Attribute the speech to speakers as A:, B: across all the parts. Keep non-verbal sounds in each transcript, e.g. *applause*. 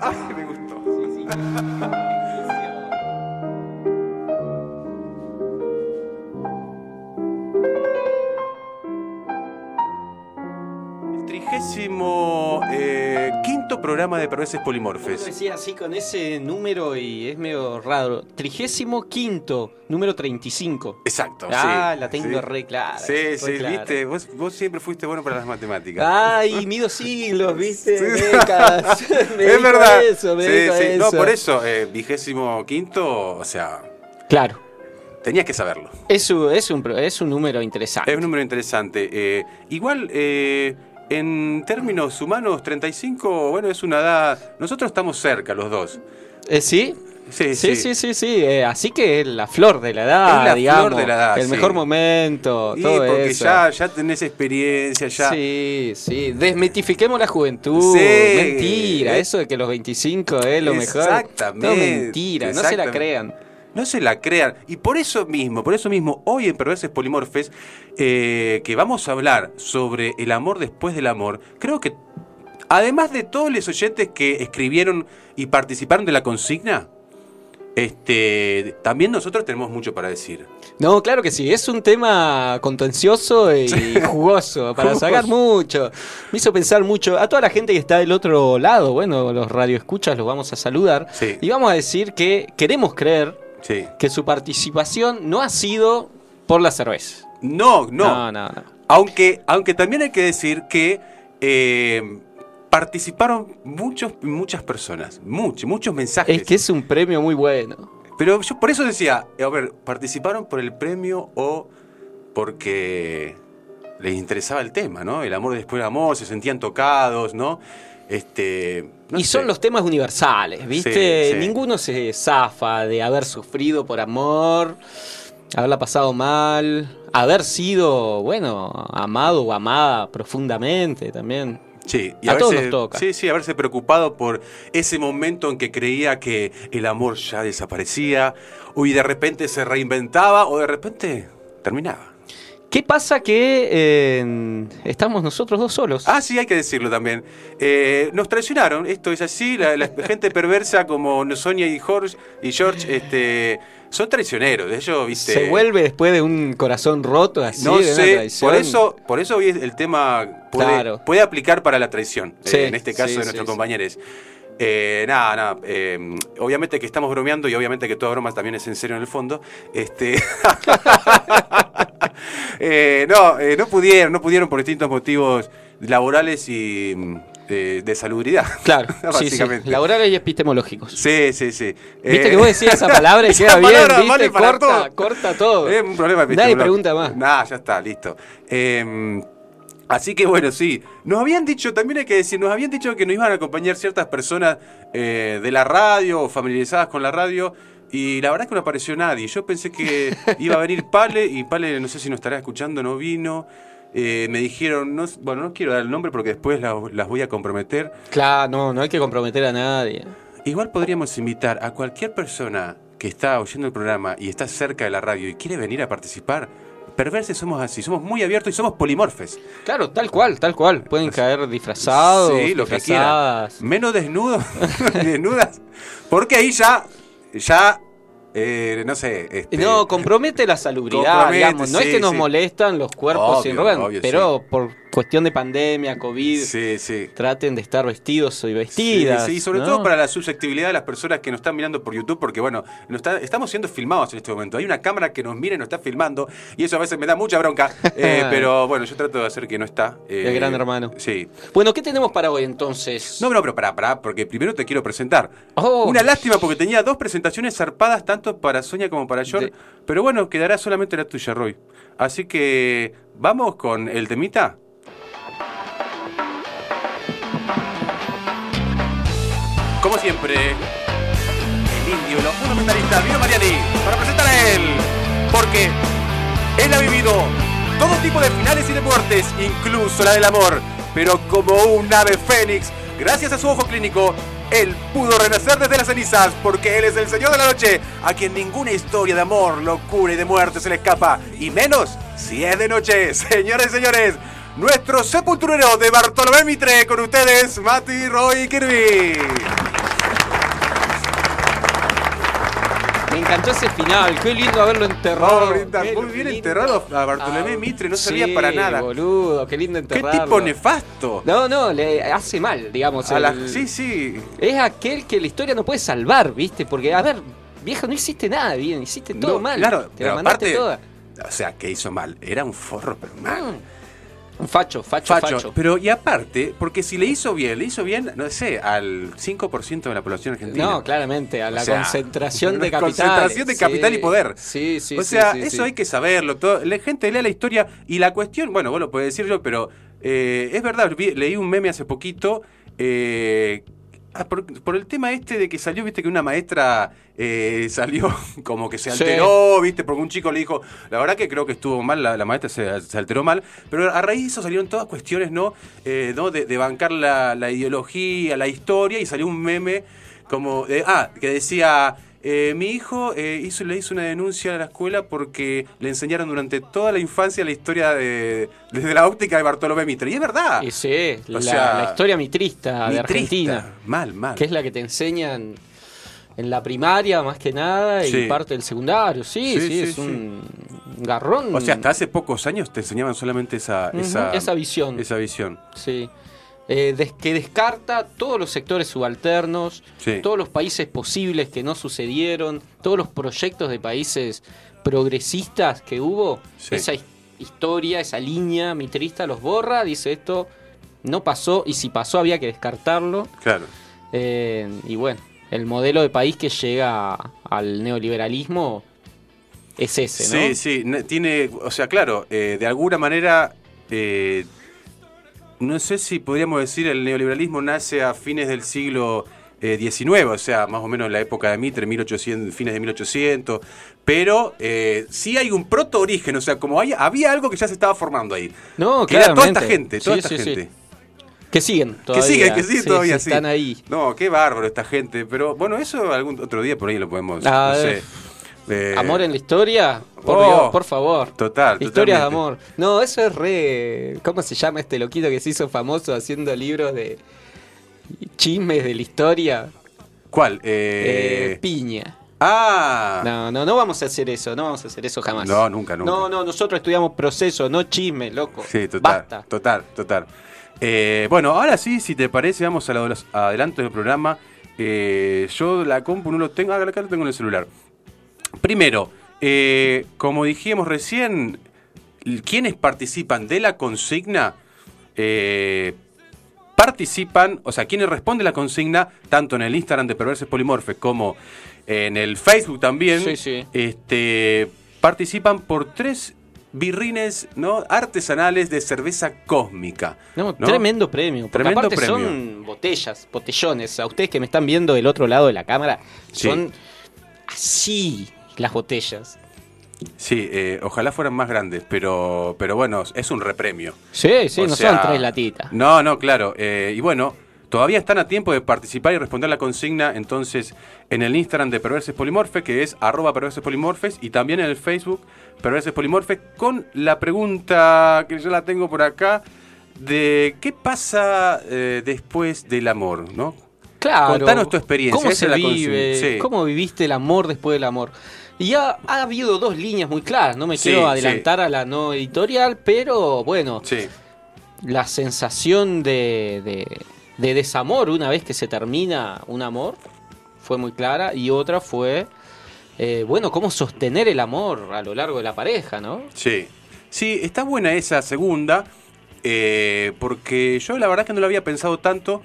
A: Ay, me gustó. El trigésimo eh, quinto programa de Perveses
B: Yo lo
A: Polimorfes.
B: decía así con ese número y es medio raro. Trigésimo quinto, número 35.
A: Exacto.
B: ah,
A: sí,
B: la tengo
A: sí.
B: re clara.
A: Sí,
B: re
A: sí,
B: clara. Ah,
A: viste, vos, vos siempre fuiste bueno para las matemáticas.
B: Ay, mido siglos, viste,
A: Sí.
B: décadas.
A: *laughs*
B: Me dedico
A: es
B: a
A: verdad.
B: eso, me
A: Sí,
B: dedico a
A: sí. No,
B: eso.
A: por eso, eh, vigésimo quinto, o sea,
B: Claro,
A: tenías que saberlo.
B: es un, es un, pro- es un número interesante.
A: Es un número interesante. Eh, igual, eh, en términos humanos, 35, bueno, es una edad. Nosotros estamos cerca, los dos.
B: Eh, ¿Sí?
A: Sí,
B: Sí, sí, sí, sí. eh, así que es la flor de la edad,
A: Es la
B: digamos.
A: flor de la edad,
B: El
A: sí.
B: mejor momento,
A: Y
B: todo
A: porque
B: eso.
A: ya, ya tenés experiencia, ya.
B: Sí, sí. Desmitifiquemos la juventud.
A: Sí.
B: Mentira, eso de que los 25 es lo mejor.
A: Exactamente,
B: No, mentira, no se la
A: exactamente.
B: crean.
A: No se la crean. Y por eso mismo, por eso mismo, hoy en Perverses Polimorfes, eh, que vamos a hablar sobre el amor después del amor, creo que, además de todos los oyentes que escribieron y participaron de la consigna, este, también nosotros tenemos mucho para decir.
B: No, claro que sí. Es un tema contencioso y *laughs* jugoso para
A: Jugoso.
B: sacar mucho. Me hizo pensar mucho. A toda la gente que está del otro lado, bueno, los radioescuchas los vamos a saludar.
A: Sí.
B: Y vamos a decir que queremos creer
A: Sí.
B: que su participación no ha sido por la cerveza.
A: No, no.
B: no, no. no.
A: Aunque, aunque también hay que decir que eh, participaron muchos, muchas personas, muchos, muchos mensajes.
B: Es que es un premio muy bueno.
A: Pero yo por eso decía, eh, a ver, ¿participaron por el premio o porque les interesaba el tema, ¿no? El amor después del amor, se sentían tocados, ¿no? Este, no
B: y
A: sé.
B: son los temas universales, ¿viste?
A: Sí, sí.
B: Ninguno se zafa de haber sufrido por amor, haberla pasado mal, haber sido, bueno, amado o amada profundamente también.
A: Sí,
B: a todos nos toca.
A: Sí, sí, haberse preocupado por ese momento en que creía que el amor ya desaparecía, o y de repente se reinventaba, o de repente terminaba.
B: ¿Qué pasa que eh, estamos nosotros dos solos?
A: Ah, sí, hay que decirlo también. Eh, nos traicionaron, esto es así. La, la *laughs* gente perversa como Sonia y George, y George este, son traicioneros. Ellos, viste.
B: Se vuelve después de un corazón roto así,
A: No
B: de una
A: sé,
B: traición.
A: por eso, por eso hoy el tema puede,
B: Claro.
A: puede aplicar para la traición, eh,
B: Sí,
A: en este caso
B: sí,
A: de
B: sí,
A: nuestros
B: sí.
A: compañeros. Eh, nada, nada, eh, obviamente que estamos bromeando y obviamente que toda broma también es en serio en el fondo. Este, *laughs* Eh, no, eh, no pudieron, no pudieron por distintos motivos laborales y mm, eh, de salubridad. *laughs*
B: Claro, sí, sí,
A: Básicamente.
B: laborales y epistemológicos.
A: Sí, sí, sí.
B: Viste
A: Eh, *laughs*
B: que vos decías esa palabra y
A: esa
B: queda bien,
A: palabra
B: ¿viste?
A: vale para
B: corta,
A: todo. Eh,
B: corta todo.
A: Es un problema
B: Nadie
A: epistemológico.
B: pregunta más.
A: Nah, ya está, listo. Eh, así que bueno, sí. Nos habían dicho, también hay que decir, nos habían dicho que nos iban a acompañar ciertas personas eh, de la radio o familiarizadas con la radio. Y la verdad es que no apareció nadie. Yo pensé
B: *laughs*
A: que iba a venir Pale y Pale, no sé si nos estará escuchando, no vino. Eh, me dijeron, no, bueno, no quiero dar el nombre porque después la- las voy a comprometer.
B: Claro, no, no hay que comprometer a nadie.
A: Igual podríamos invitar a cualquier persona que está oyendo el programa y está cerca de la radio y quiere venir a participar. Perverses somos así, somos muy abiertos y somos polimorfes.
B: Claro, tal cual, tal cual. Pueden caer disfrazados,
A: sí, lo que quieran.
B: disfrazadas.
A: Menos desnudos, *laughs* desnudas. Porque ahí ya, ya, eh, no sé. este,
B: No, compromete la salubridad,
A: Compromete,
B: digamos. No
A: sí,
B: es que nos
A: sí.
B: molestan los cuerpos sin
A: Obvio,
B: rogan,
A: obvio,
B: pero por cuestión de pandemia, COVID,
A: Sí, sí.
B: traten de estar vestidos y vestidas.
A: Sí, sí, y sobre
B: ¿no?
A: todo para la susceptibilidad de las personas que nos están mirando por YouTube, porque bueno, nos está- estamos siendo filmados en este momento. Hay una cámara que nos mira y nos está filmando, y eso a veces me da mucha
B: *laughs*
A: bronca. Eh, pero bueno, yo trato de hacer que no está. eh,
B: El gran hermano.
A: Sí.
B: Bueno, ¿qué tenemos para hoy entonces?
A: No, no, pero pará, pará, porque primero te quiero presentar.
B: Oh.
A: Una lástima porque tenía dos presentaciones zarpadas, tanto para Sonia como para George,
B: De-
A: pero bueno, quedará solamente la tuya, Roy. Así que, ¿vamos con el temita? Como siempre, el indio, los fundamentalistas, Vino Mariani, para presentar a él, porque él ha vivido todo tipo de finales y de muertes, incluso la del amor, pero como un ave fénix, gracias a su ojo clínico, él pudo renacer desde las cenizas, porque él es el señor de la noche, a quien ninguna historia de amor, locura y de muerte se le escapa, y menos si es de noche. *laughs* Señores, señores, nuestro sepulturero de Bartolomé Mitre, con ustedes, Mati Roy Kirby.
B: Me encantó ese final. Qué lindo haberlo enterrado.
A: Ahorita,
B: Qué
A: muy bien
B: lindo.
A: enterrado a Bartolomé
B: Ah,
A: Mitre, no
B: sí,
A: servía para nada.
B: boludo. Qué lindo
A: Qué
B: enterrarlo.
A: tipo nefasto.
B: No, no, le hace mal, digamos.
A: A
B: el-
A: la- Sí, sí.
B: Es aquel que la historia no puede salvar, ¿viste? Porque, a ver, vieja, no hiciste nada bien, hiciste todo
A: No,
B: mal.
A: claro,
B: te
A: pero
B: la
A: aparte-
B: mandaste toda.
A: O sea, que hizo mal. Era un forro, pero mal.
B: Mm. Un facho, facho, facho.
A: Facho. Pero, y aparte, porque si le hizo bien, le hizo bien, no sé, al 5% de la población argentina.
B: No, claramente, a la
A: O sea,
B: concentración
A: *laughs*
B: de
A: una
B: capital.
A: concentración de capital y poder.
B: Sí, sí,
A: o
B: sí,
A: sea,
B: sí,
A: eso
B: sí.
A: hay que saberlo. todo- la gente lee la historia y la cuestión, bueno, vos lo podés decir yo, pero eh, es verdad, vi- leí un meme hace poquito eh, ah, por, por el tema este de que salió, viste, que una maestra eh, salió *laughs* como que se
B: Sí.
A: alteró, viste, porque un chico le dijo, la verdad que creo que estuvo mal, la, la maestra se, se alteró mal, pero a raíz de eso salieron todas cuestiones, ¿no? Eh, ¿no? De, de bancar la, la ideología, la historia, y salió un meme como, de- ah, que decía... Eh, mi hijo eh, hizo, le hizo una denuncia a la escuela porque le enseñaron durante toda la infancia la historia de, desde la óptica de Bartolomé Mitre. Y es verdad.
B: Y sí,
A: O
B: la,
A: sea,
B: la historia mitrista de
A: Mitrista.
B: Argentina,
A: Mal, mal.
B: que es la que te enseñan en la primaria más que nada
A: Sí.
B: y parte del secundario. Sí,
A: Sí,
B: sí,
A: sí,
B: es
A: sí.
B: un garrón.
A: O sea, hasta hace pocos años te enseñaban solamente esa,
B: Ujú,
A: esa,
B: esa visión.
A: esa visión.
B: Sí. Eh, des- que descarta todos los sectores subalternos,
A: Sí.
B: todos los países posibles que no sucedieron, todos los proyectos de países progresistas que hubo.
A: Sí.
B: Esa his- historia, esa línea mitrista los borra, dice esto no pasó y si pasó había que descartarlo.
A: Claro.
B: Eh, y bueno, el modelo de país que llega al neoliberalismo es ese, ¿no?
A: Sí, sí. ne- Tiene, o sea, claro, eh, de alguna manera, eh, no sé si podríamos decir el neoliberalismo nace a fines del siglo eh, XIX, o sea, más o menos en la época de Mitre, 1800, fines de 1800, pero eh, sí hay un proto origen, o sea, como hay, había algo que ya se estaba formando ahí.
B: No,
A: que era toda esta
B: Oh, claramente.
A: gente, toda
B: Sí,
A: esta
B: sí, sí.
A: gente.
B: Que siguen
A: Que
B: todavía.
A: sigue, que sigue todavía, sí.
B: Están ahí.
A: No, qué bárbaro esta gente. Pero bueno, eso algún otro día por ahí lo podemos.
B: Ah,
A: no
B: eh.
A: sé. Eh,
B: Amor en la historia, por
A: oh,
B: Dios, por favor.
A: Total,
B: Historias
A: totalmente.
B: de amor. No, eso es re. ¿Cómo se llama este loquito que se hizo famoso haciendo libros de chismes de la historia?
A: ¿Cuál?
B: Eh,
A: Eh,
B: piña.
A: ah,
B: No, no, no vamos a hacer eso, no vamos a hacer eso jamás.
A: No, nunca, nunca.
B: No, no, nosotros estudiamos proceso, no chisme, loco.
A: sí, total.
B: Basta.
A: Total, total. Eh, bueno, ahora sí, si te parece, vamos a los adelantos del programa. Eh, yo la compu no lo tengo, ah, acá lo tengo en el celular. Primero, eh, como dijimos recién, quienes participan de la consigna eh, participan, o sea, quienes responden la consigna, tanto en el Instagram de Perverses Polimorfes como en el Facebook también,
B: Sí, sí.
A: Este, participan por tres birrines ¿no? artesanales de cerveza cósmica.
B: No,
A: ¿no?
B: tremendo premio. Porque
A: Tremendo
B: aparte
A: premio.
B: son botellas, botellones. A ustedes que me están viendo del otro lado de la cámara,
A: Sí.
B: son así las botellas.
A: Sí, eh, ojalá fueran más grandes, pero, pero bueno, es un repremio.
B: Sí, sí,
A: O
B: no
A: sea,
B: son tres latitas.
A: No, no, claro. eh, y bueno, todavía están a tiempo de participar y responder la consigna entonces en el Instagram de Perverses Polimorfes, que es arroba Perverses Polimorfes, y también en el Facebook Perverses Polimorfes, con la pregunta que yo la tengo por acá de qué pasa eh, después del amor, ¿no?
B: Claro.
A: Contanos tu experiencia,
B: ¿Cómo
A: esa
B: se
A: es la
B: vive?
A: consigna, sí.
B: ¿Cómo viviste el amor después del amor? Y ha, ha habido dos líneas muy claras. No me
A: Sí,
B: quiero
A: sí.
B: adelantar a la no editorial, pero bueno,
A: Sí,
B: la sensación de, de- de desamor una vez que se termina un amor fue muy clara. Y otra fue, eh, bueno, cómo sostener el amor a lo largo de la pareja, ¿no?
A: sí. Sí, está buena esa segunda, eh, porque yo la verdad que no lo había pensado tanto.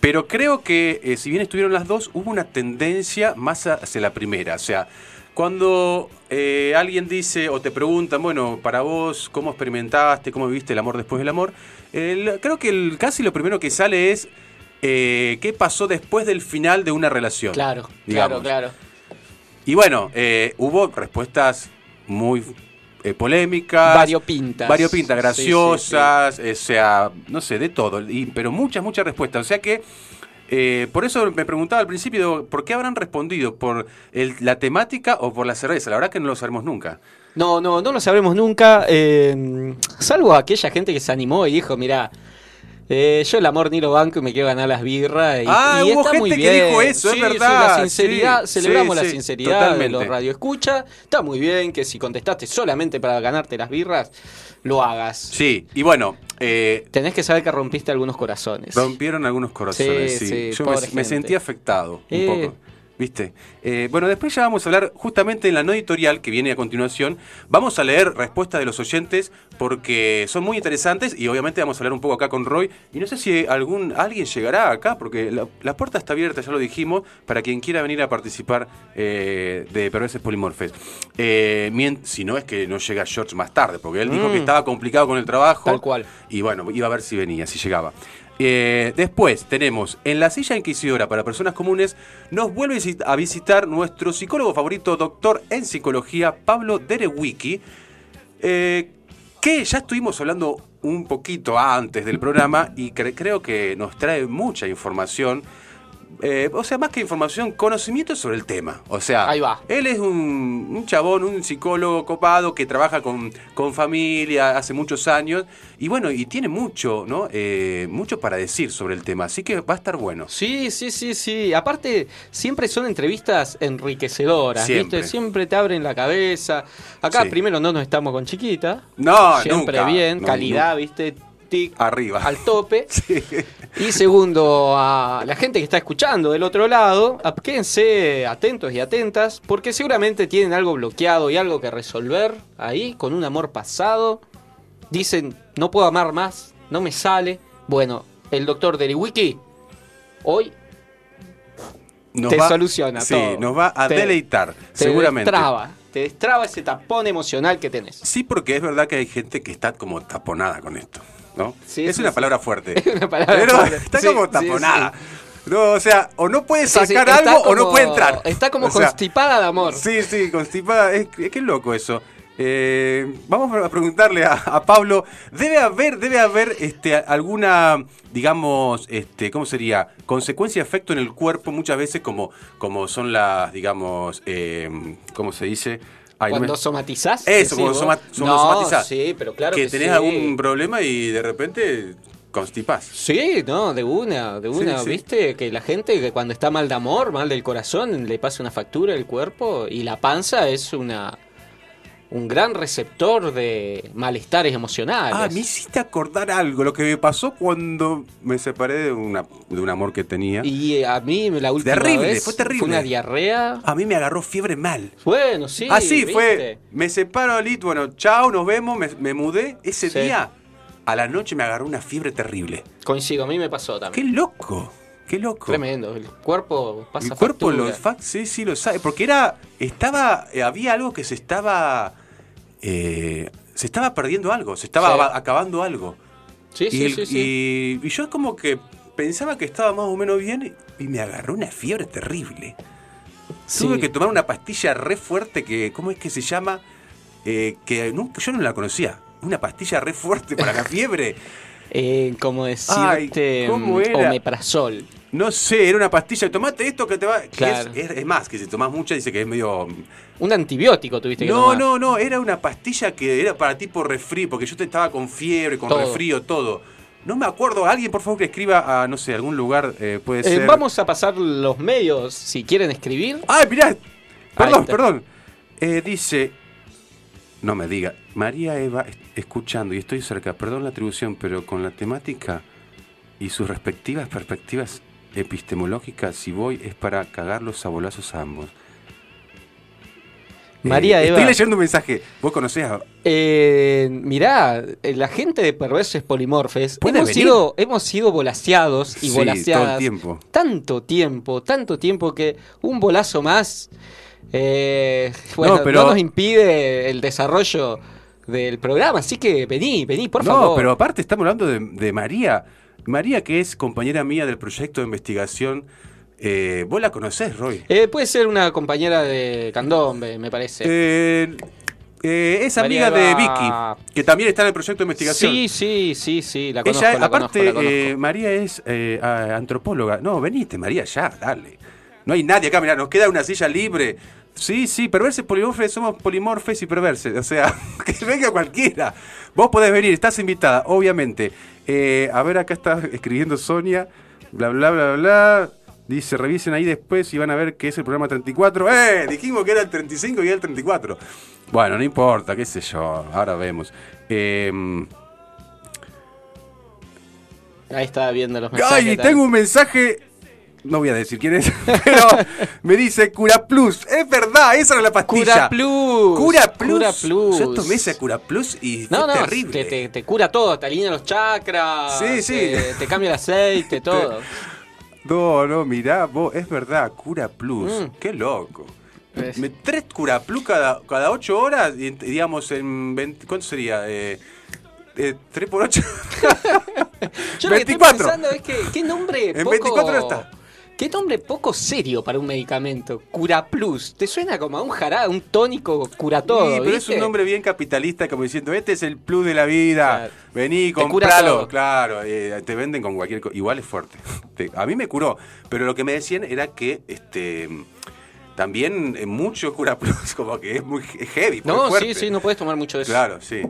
A: Pero creo que, eh, si bien estuvieron las dos, hubo una tendencia más a- hacia la primera. O sea, cuando eh, alguien dice o te preguntan, bueno, para vos, ¿cómo experimentaste? ¿Cómo viviste el amor después del amor? El- creo que el, casi lo primero que sale es eh, qué pasó después del final de una relación.
B: Claro,
A: digamos.
B: claro, claro.
A: Y bueno, eh, hubo respuestas muy eh, polémicas.
B: Variopintas.
A: Variopintas,
B: Sí, sí, sí.
A: graciosas, eh, sea, no sé, de todo, y- pero muchas, muchas respuestas. O sea que, eh, por eso me preguntaba al principio, ¿por qué habrán respondido? ¿Por el- la temática o por la cerveza? La verdad que no lo sabemos nunca.
B: No, no, no lo sabremos nunca. eh, salvo aquella gente que se animó y dijo, mira, Eh, yo el amor ni lo banco y me quiero ganar las birras. Y,
A: Ah,
B: y
A: hubo
B: está
A: gente
B: muy
A: que
B: bien.
A: dijo eso, es
B: Sí,
A: verdad,
B: La sinceridad,
A: sí,
B: celebramos
A: sí,
B: la
A: sí,
B: sinceridad
A: totalmente.
B: de los radioescuchas. Está muy bien que si contestaste solamente para ganarte las birras, lo hagas.
A: Sí, y bueno, eh,
B: Tenés que saber que rompiste algunos corazones.
A: Rompieron algunos corazones, sí.
B: Sí, sí,
A: Yo me,
B: pobre
A: me
B: gente.
A: sentí afectado un
B: Eh.
A: poco. ¿Viste? Eh, bueno, después ya vamos a hablar justamente en la no editorial que viene a continuación. Vamos a leer respuestas de los oyentes porque son muy interesantes y obviamente vamos a hablar un poco acá con Roy. Y no sé si algún alguien llegará acá porque la, la puerta está abierta, ya lo dijimos, para quien quiera venir a participar eh, de Perverses Polimorfes. Eh, mien- si no es que no llega George más tarde porque él dijo
B: Mm.
A: que estaba complicado con el trabajo.
B: Tal cual.
A: Y bueno, iba a ver si venía, si llegaba. Eh, después tenemos, en la silla inquisidora para personas comunes, nos vuelve visi- a visitar nuestro psicólogo favorito, doctor en psicología, Pablo Derewicki, eh, que ya estuvimos hablando un poquito antes del programa y cre- creo que nos trae mucha información. Eh, o sea, más que información, conocimiento sobre el tema. O sea,
B: Ahí va.
A: él es un, un chabón, un psicólogo copado que trabaja con, con familia hace muchos años. Y bueno, y tiene mucho, ¿no? Eh, mucho para decir sobre el tema. Así que va a estar bueno.
B: Sí, sí, sí, sí. Aparte, siempre son entrevistas enriquecedoras,
A: Siempre.
B: ¿viste? Siempre te abren la cabeza. Acá
A: Sí.
B: primero no nos estamos con chiquita.
A: No,
B: siempre
A: Ah, nunca.
B: bien,
A: No,
B: calidad, ¿viste? Tic,
A: nunca. Arriba.
B: al tope.
A: *laughs* Sí.
B: Y segundo, a la gente que está escuchando del otro lado, a- quédense atentos y atentas, porque seguramente tienen algo bloqueado y algo que resolver ahí, con un amor pasado. Dicen, no puedo amar más, no me sale. Bueno, el doctor Deriwiki hoy
A: Nos
B: Te soluciona
A: Sí,
B: todo.
A: nos va a
B: Te-
A: deleitar,
B: te
A: seguramente.
B: destraba, te destraba ese tapón emocional que tenés. *laughs*
A: Sí, porque es verdad que hay gente que está como taponada con esto, ¿no?
B: Sí,
A: es
B: sí,
A: una
B: sí.
A: palabra fuerte.
B: *laughs* Es una palabra
A: pero
B: fuerte.
A: está
B: Sí,
A: como
B: sí,
A: taponada. No, o sea, o no puede
B: Sí,
A: sacar
B: sí, está
A: algo o no
B: como-
A: puede entrar.
B: Está como
A: O sea,
B: constipada de amor.
A: Sí, sí, constipada. Es, es que es loco eso. Eh, vamos a preguntarle a, a Pablo, debe haber, debe haber este, alguna, digamos, este, ¿cómo sería? Consecuencia, efecto en el cuerpo muchas veces como, como son las, digamos, eh, ¿cómo se dice? Ay, no
B: cuando
A: me-
B: somatizás.
A: Eso,
B: decís
A: cuando
B: vos.
A: soma- cuando
B: no,
A: somatizás.
B: Sí, pero claro que,
A: que tenés
B: sí.
A: algún problema y de repente constipás.
B: Sí, no, de una, de una,
A: sí.
B: viste que la gente que cuando está mal de amor, mal del corazón, le pasa una factura el cuerpo y la panza es una un gran receptor de malestares emocionales.
A: Ah, me hiciste acordar algo, lo que me pasó cuando me separé de, una, de un amor que tenía.
B: Y eh, a mí la última
A: Terrible,
B: vez
A: fue terrible.
B: una diarrea.
A: A mí me agarró fiebre mal.
B: Bueno, sí.
A: Así Ah, fue.
B: ¿viste?
A: Me separo de Lit, bueno, chao, nos vemos, me, me mudé. Ese
B: Sí.
A: día, a la noche me agarró una fiebre terrible.
B: Coincido, a mí me pasó
A: Qué
B: también.
A: loco, qué loco.
B: Tremendo, el cuerpo pasa
A: El cuerpo
B: factura.
A: lo fa- sí, sí lo sabe, porque era, estaba, eh, había algo que se estaba, eh, se estaba perdiendo algo, se estaba
B: Sí.
A: aba- acabando algo.
B: Sí,
A: y,
B: sí,
A: el-
B: sí, sí.
A: y- y yo como que pensaba que estaba más o menos bien y me agarró una fiebre terrible.
B: Sí.
A: Tuve que tomar una pastilla re fuerte que, ¿cómo es que se llama? Eh, que nunca, yo no la conocía. Una pastilla re fuerte para
B: *laughs*
A: la fiebre.
B: Eh, como decirte
A: ¿cómo
B: mm,
A: era?
B: omeprazol.
A: No sé, era una pastilla. Tomate esto que te va. que es-
B: Claro.
A: es, es más, que si tomás mucha dice que es medio
B: Un antibiótico tuviste que
A: No,
B: tomar.
A: no, no, era una pastilla que era para tipo refri, porque yo te estaba con fiebre, con
B: Todo.
A: resfrío, todo. No me acuerdo, alguien por favor que escriba a, no sé, algún lugar, eh, puede
B: Eh,
A: ser. Eh,
B: vamos a pasar los medios si quieren escribir.
A: ¡Ay, mirá!
B: Ahí
A: Perdón,
B: está.
A: perdón. Eh, dice. No me diga. María Eva, es- escuchando, y estoy cerca, perdón la atribución, pero con la temática y sus respectivas perspectivas epistemológicas, si voy, es para cagar los sabolazos a ambos. Eh,
B: María Eva.
A: Estoy leyendo un mensaje. Vos conocés a.
B: Eh, mirá, eh, la gente de Perversos Polimorfes
A: ¿Puede
B: hemos
A: venir?
B: sido, hemos sido volaseados y
A: Sí,
B: volaseadas
A: todo el tiempo.
B: tanto tiempo, tanto tiempo que un bolazo más eh, bueno,
A: No,
B: no,
A: pero-
B: nos impide el desarrollo del programa. Así que vení, vení, por
A: no,
B: favor.
A: pero aparte estamos hablando de, de María. María, que es compañera mía del proyecto de investigación. Eh, vos la conocés, Roy.
B: Eh, puede ser una compañera de Candombe, me parece.
A: Eh, eh, es amiga
B: María
A: de
B: Eva-
A: Vicky, que también está en el proyecto de investigación.
B: sí, sí, sí, sí, la conozco,
A: Ella,
B: la
A: aparte,
B: conozco, la conozco.
A: eh, María es eh, a- antropóloga. No, venite, María, ya, dale. No hay nadie acá, mirá, nos queda una silla libre. Sí, sí, perverses polimorfes, somos *laughs* polimorfes y perverses. O sea, que venga cualquiera. Vos podés venir, estás invitada, obviamente. Eh, a ver, acá está escribiendo Sonia. Bla, bla, bla, bla. Dice, revisen ahí después y van a ver que es el programa 34. ¡Eh! Dijimos que era el 35 y era el 34. Bueno, no importa, qué sé yo. Ahora vemos. Eh,
B: Ahí estaba viendo los mensajes.
A: Ay,
B: tal.
A: tengo un mensaje. No voy a decir quién es, *laughs* pero me dice Cura Plus. Es verdad, esa era la pastilla.
B: Cura Plus.
A: Cura Plus.
B: Cura Plus.
A: Yo tomé esa Cura Plus y fue
B: No, no,
A: terrible.
B: Te, te- te cura todo, te alinea los chakras,
A: Sí, sí.
B: Te, te cambia el aceite, todo.
A: No, no, mirá, vos, es verdad, Cura Plus.
B: Mm.
A: Qué loco.
B: ¿Ves?
A: Me- tres Cura Plus cada, cada ocho horas, y, digamos, en 20 ¿cuánto sería? Eh, eh, ¿Tres por ocho?
B: Yo lo que estoy
A: 24.
B: pensando es que qué nombre
A: En
B: poco...
A: 24 no está.
B: Qué nombre poco serio para un medicamento. Cura Plus. Te suena como a un jarabe, un tónico cura todo,
A: Sí, pero es
B: ¿viste?
A: un nombre bien capitalista, como diciendo, este es el plus de la vida,
B: Claro.
A: vení,
B: cura
A: compralo.
B: todo.
A: Claro, eh, te venden con cualquier cosa. Igual es fuerte. *laughs* Te- a mí me curó, pero lo que me decían era que este también eh, mucho cura *laughs* plus, como que es muy he- heavy. muy
B: No,
A: fuerte.
B: sí, sí, no puedes tomar mucho de eso.
A: Claro, sí.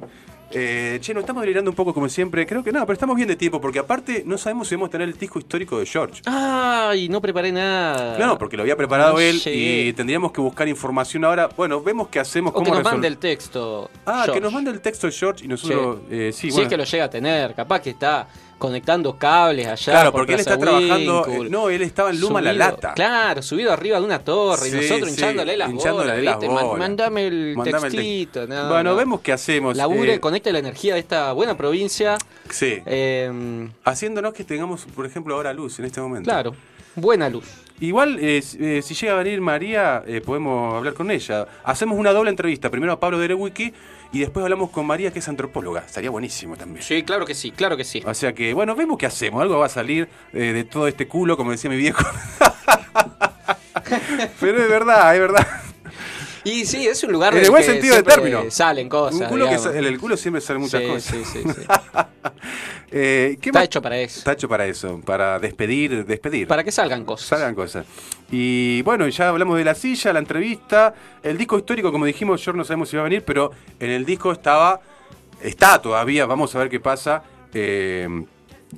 A: Eh, che, nos estamos delirando un poco como siempre. Creo que no, pero estamos bien de tiempo, porque aparte no sabemos si vamos a tener el disco histórico de George.
B: Ay, no preparé nada.
A: Claro, porque lo había preparado
B: Ah. No
A: él
B: llegué.
A: y tendríamos que buscar información ahora. Bueno, vemos qué hacemos,
B: O que
A: cómo
B: nos mande
A: resol-
B: el texto.
A: Ah,
B: George.
A: que nos manda el texto George y nosotros. eh, sí,
B: si
A: bueno.
B: es que lo llega a tener, capaz que está conectando cables allá.
A: Claro,
B: por
A: porque él
B: Plaza
A: está trabajando.
B: Winkle.
A: eh, no, él estaba en Luma La
B: Subido-
A: Lata.
B: Claro, subido arriba de una torre y
A: Sí,
B: nosotros
A: sí,
B: hinchándole las
A: hinchándole
B: bolas,
A: las
B: ¿viste? Man-
A: bolas.
B: mandame el
A: Mandame el
B: textito. no,
A: bueno,
B: no.
A: vemos qué hacemos.
B: Labure,
A: eh,
B: conecta la energía de esta buena provincia.
A: Sí.
B: eh,
A: Haciéndonos que tengamos, por ejemplo, ahora luz en este momento.
B: claro, buena luz.
A: Igual, eh, si- eh, si llega a venir María, eh, podemos hablar con ella. Hacemos una doble entrevista. Primero a Pablo Derewicki y después hablamos con María, que es antropóloga. Estaría buenísimo también.
B: Sí, claro que sí, claro que sí.
A: O sea que, bueno, vemos qué hacemos. Algo va a salir eh, de todo este culo, como decía mi viejo. *laughs* Pero es verdad, es verdad.
B: Y sí, es un lugar
A: En el
B: del
A: buen
B: que
A: sentido del
B: siempre
A: término.
B: Salen cosas.
A: Un culo que
B: digamos.
A: sa- el, el culo siempre sale muchas
B: Sí,
A: cosas.
B: sí, sí,
A: *laughs*
B: sí.
A: Eh, ¿qué
B: Está
A: más?
B: hecho para eso.
A: Está hecho para eso, para despedir, despedir.
B: Para que salgan cosas.
A: Salgan cosas. Y bueno, ya hablamos de la silla, la entrevista, el disco histórico, como dijimos, yo no sabemos si va a venir, pero en el disco estaba, está todavía, vamos a ver qué pasa, eh,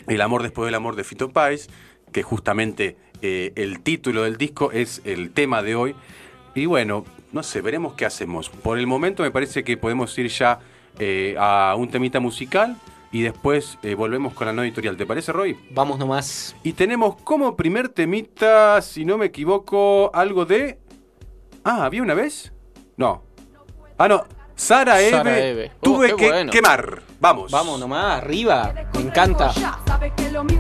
A: El amor después del amor de Fito Páez, que justamente eh, el título del disco es el tema de hoy. Y bueno, no sé, veremos qué hacemos. Por el momento me parece que podemos ir ya eh, a un temita musical y después eh, volvemos con la no editorial. ¿Te parece, Roy?
B: Vamos nomás.
A: Y tenemos como primer temita, si no me equivoco, algo de. Ah, ¿había una vez? No. Ah, no. Sara Eve.
B: Sara Eve. Oh,
A: Tuve
B: qué
A: que
B: bueno.
A: quemar. Vamos.
B: Vamos nomás, arriba. Me
C: Me
B: encanta.
C: encanta.